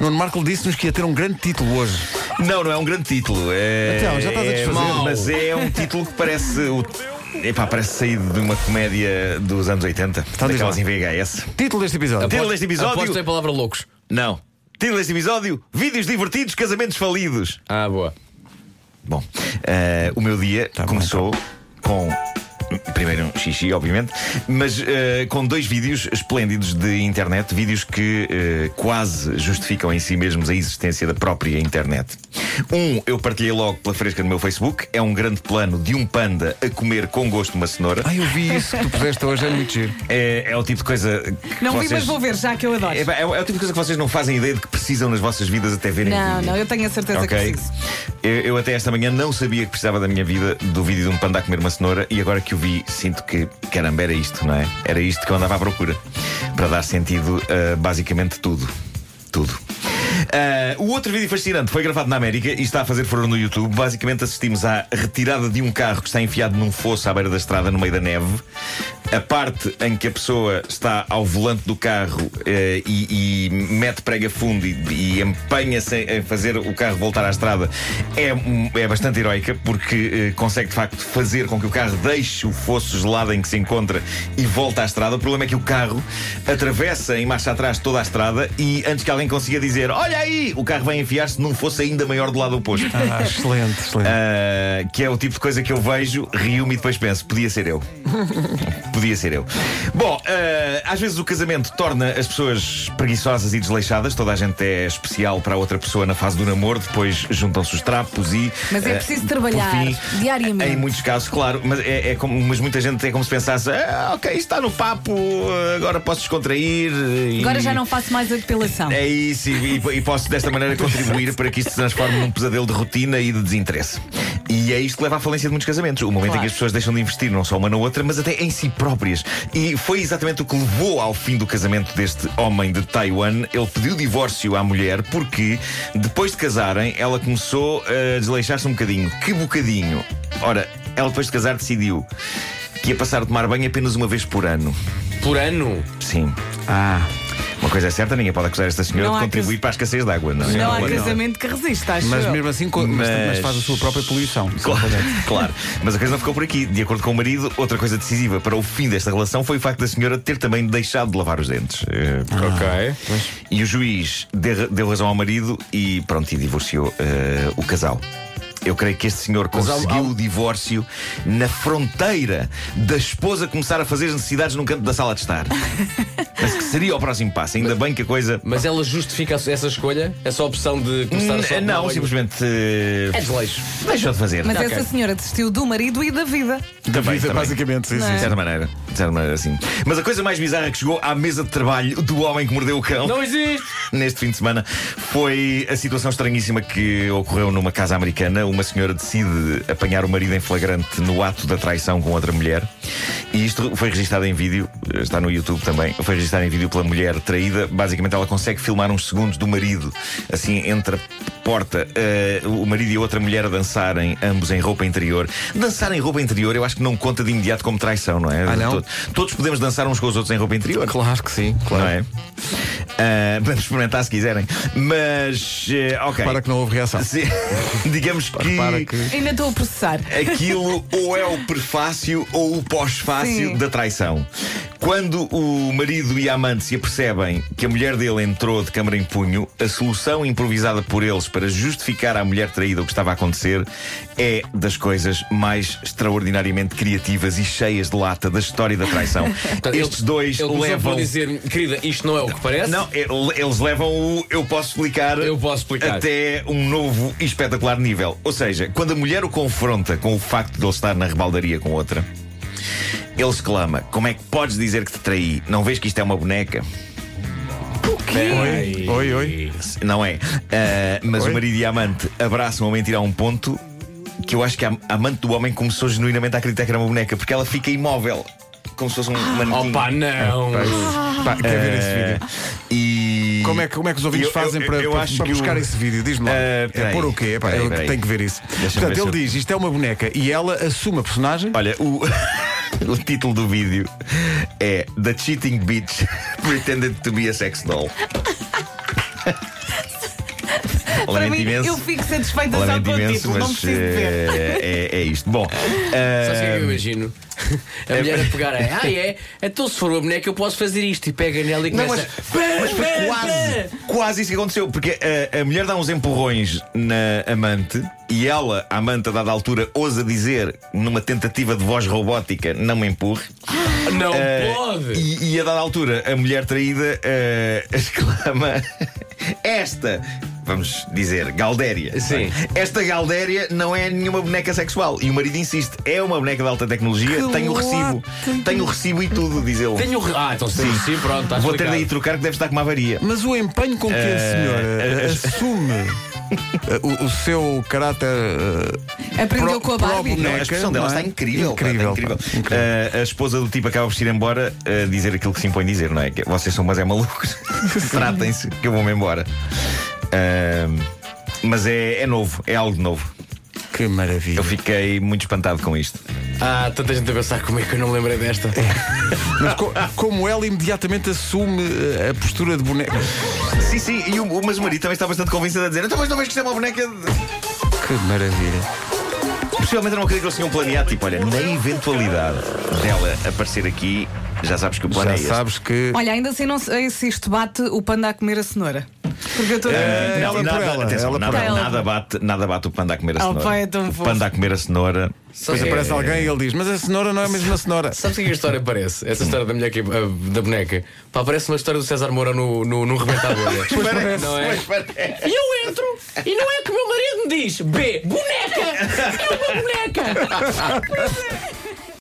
Nuno Marco disse-nos que ia ter um grande título hoje. Não, não é um grande título. É, Então, já estás a é desfazer. mau, Mas é um título que parece. O, epá, parece saído de uma comédia dos anos 80. Então diz daquelas lá. em VHS. Título deste episódio. Título deste episódio. Aposto em palavra loucos. Não. Título deste episódio: Vídeos divertidos, casamentos falidos. Ah, boa. Bom, eh, o meu dia começou com. Primeiro um xixi, obviamente, mas eh, com dois vídeos esplêndidos de internet, vídeos que eh, quase justificam em si mesmos a existência da própria internet. Um eu partilhei logo pela fresca no meu Facebook, é um grande plano de um panda a comer com gosto uma cenoura. Ai, eu vi isso que tu puseste hoje, é muito giro. É, é o tipo de coisa. Que Não vocês... vi, mas vou ver já que eu adoro. É, pá, é o é o tipo de coisa que vocês não fazem ideia de que precisam nas vossas vidas até verem o Não, vídeo. não, eu tenho a certeza que Ok. preciso. Eu, eu até esta manhã não sabia que precisava da minha vida do vídeo de um panda a comer uma cenoura e agora que o vi, sinto que, caramba, era isto, não é? Era isto que eu andava à procura. Para dar sentido a basicamente tudo. Tudo. Ah, o outro vídeo fascinante foi gravado na América e está a fazer furor no YouTube. Basicamente assistimos à retirada de um carro que está enfiado num fosso à beira da estrada no meio da neve. A parte em que a pessoa está ao volante do carro eh, e, e mete prega fundo e, e empenha-se em- em fazer o carro voltar à estrada é, um- é bastante heroica porque eh, consegue de facto fazer com que o carro deixe o fosso gelado em que se encontra e volte à estrada. O problema é que o carro atravessa em marcha atrás toda a estrada e antes que alguém consiga dizer olha aí, o carro vai enfiar-se num fosso ainda maior do lado oposto. Ah, excelente, excelente. Uh, que é o tipo de coisa que eu vejo, rio-me e depois penso, podia ser eu. podia ser eu. Bom, uh, às vezes o casamento torna as pessoas preguiçosas e desleixadas, toda a gente é especial para a outra pessoa na fase do namoro, depois juntam-se os trapos e. Mas é uh, preciso por trabalhar diariamente. Em muitos casos, claro, mas, é, é como, mas muita gente é como se pensasse, "Ah, ok, está no papo, agora posso descontrair. e- Agora já não faço mais a depilação. é isso, e, e- e posso desta maneira contribuir para que isto se transforme num pesadelo de rotina e de desinteresse. E é isto que leva à falência de muitos casamentos. O momento em Claro. que as pessoas deixam de investir não só uma na outra, mas até em si próprias. E foi exatamente o que levou ao fim do casamento deste homem de Taiwan. Ele pediu divórcio à mulher porque, depois de casarem, ela começou a desleixar-se um bocadinho. Que bocadinho! Ora, ela depois de casar decidiu que ia passar a tomar banho apenas uma vez por ano. Por ano. Sim. Ah. Uma coisa é certa, ninguém pode acusar esta senhora Não de há contribuir cas- para a escassez de água, não é? Não há Claro. casamento que resista, acho Mas eu. mesmo assim, co- mas, Mas- mas faz a sua própria poluição. Claro, claro. Mas a coisa não ficou por aqui. De acordo com o marido, outra coisa decisiva para o fim desta relação foi o facto da senhora ter também deixado de lavar os dentes. Eh, Ok. E o juiz der- deu razão ao marido e pronto, e divorciou eh, o casal. Eu creio que este senhor Mas há- conseguiu há- o divórcio na fronteira da esposa começar a fazer as necessidades num canto da sala de estar. Mas que seria o próximo passo. Ainda bem que a coisa Mas ela justifica essa escolha? Essa opção de começar a só N- Não, tomar banho? simplesmente. eh, Hum, É desleixo. Deixou de fazer. Tá Mas é- Ok. essa senhora desistiu do marido e da vida. Da Também, vida, também. basicamente, sim, Não sim. De certa maneira, de certa maneira, sim. Mas a coisa mais bizarra que chegou à mesa de trabalho do homem que mordeu o cão Não existe! neste fim de semana foi a situação estranhíssima que ocorreu numa casa americana. Uma senhora decide apanhar o marido em flagrante no ato da traição com outra mulher. E isto foi registado em vídeo, está no YouTube também. Foi registado em vídeo pela mulher traída. Basicamente, ela consegue filmar uns segundos do marido, assim, entre a porta, eh, o marido e a outra mulher a dançarem, ambos em roupa interior. Dançar em roupa interior eu acho que não conta de imediato como traição, não é? Ah, não? Todos, todos podemos dançar uns com os outros em roupa interior. Claro que sim, claro. Não é? Ah, podemos experimentar se quiserem. Mas, eh, ok. Para que não houve reação. Se- digamos que, Para que. Ainda estou a processar. É. aquilo ou é o prefácio ou o pós-fácio Sim. da traição. Quando o marido e a amante se apercebem que a mulher dele entrou de câmara em punho, a solução improvisada por eles para justificar à mulher traída o que estava a acontecer é das coisas mais extraordinariamente criativas e cheias de lata da história da traição. Portanto, Então, ele- Estes dois ele começou levam. por dizer, querida, isto não é o que parece. Não, ele- eles levam o eu posso explicar. Eu posso explicar. Até um novo e espetacular nível. Ou seja, quando a mulher o confronta com o facto de ele estar na rebaldaria com outra, ele exclama: Como é que podes dizer que te traí? Não vês que isto é uma boneca? é? Oi, oi, oi. Não é. Ah, mas Oi? o marido e a amante abraçam a mentira a um ponto que eu acho que a a amante do homem começou genuinamente a acreditar que era uma boneca, porque ela fica imóvel, como se fosse um manequim. Opa, não! Ah, Pá, quer ver esse vídeo? Ah, e... Como é, que, como é que os ouvintes Eu- fazem eu- para, eu para- acho para que o- buscar esse vídeo? Diz-me lá. Ah, é peraí. por o quê? Pá, Peraí, eu peraí. tenho que ver isso. Deixa-me ver Portanto, se ele eu- diz: isto é uma boneca e ela assume a personagem. Olha, o, o título do vídeo é The Cheating Bitch Pretended to be a Sex Doll. para Lamento mim, imenso. eu fico satisfeita só Lamento com o imenso, título, não mas preciso de ver. eh, é, é isto. Bom, eh, Sabe o que é que eu imagino? A mulher a pegar é, ah, é? Então se for uma boneca eu posso fazer isto. E pega nela e Não, começa. mas, mas foi "Pé, pé, quase, pé." quase isso que aconteceu, porque eh, a, a mulher dá uns empurrões na amante e ela, a amante a dada altura, ousa dizer, numa tentativa de voz robótica, não me empurre. Não Eh, pode! E, e a dada altura, a mulher traída eh, exclama: Esta. Vamos dizer, Galdéria. Sim. Esta Galdéria não é nenhuma boneca sexual. E o marido insiste: é uma boneca de alta tecnologia, Que tem o recibo. lata. Tem o recibo e tudo, diz ele. Tenho. re- Ah, então sim, sim, pronto, está Vou ter daí de explicado. trocar que deve estar com uma avaria. Mas o empenho com que a senhora eh, assume eh, o, o seu caráter. eh, Aprendeu com a Barbie. pró-boneca, Não, a expressão dela não é? está incrível. pá, Incrível. está incrível. pá, incrível. Ah, a esposa do tipo acaba por se ir embora a dizer aquilo que se impõe dizer, não é? Que vocês são, mas é malucos. Tratem-se, que eu vou-me embora. Ah, mas é, é novo, é algo novo. Que maravilha. Eh, Eu fiquei muito espantado com isto. Ah, tanta gente a pensar como é que eu não me lembrei desta. É. Mas co- como ela imediatamente assume eh, a postura de boneca. Sim, sim, e o, o- mas o marido também está bastante convencido a dizer: então, mas não vais que isto é uma boneca. de-" Que maravilha. Possivelmente não acredito que eles tinham planeado, tipo, olha, na eventualidade dela aparecer aqui, já sabes que o Já plano é este. sabes que. Olha, ainda assim não sei se isto bate o panda a comer a cenoura. Porque eu estou. Eh, Não, Ela por nada, ela, atenção, ela nada, por ela. nada bate, nada bate o panda a comer a Oh, cenoura. pá, é tão o fofo. panda a comer a cenoura. é Depois aparece É. alguém e ele diz: Mas a cenoura não é mesmo a cenoura. Sabes o que é que a história parece? Essa história da mulher que, ah, da boneca. Pá, parece uma história do César Moura no, no, no Rebentar a Bolha. Parece, Não é? pois parece. E eu entro e não é que o meu marido me diz B, boneca! É uma boneca!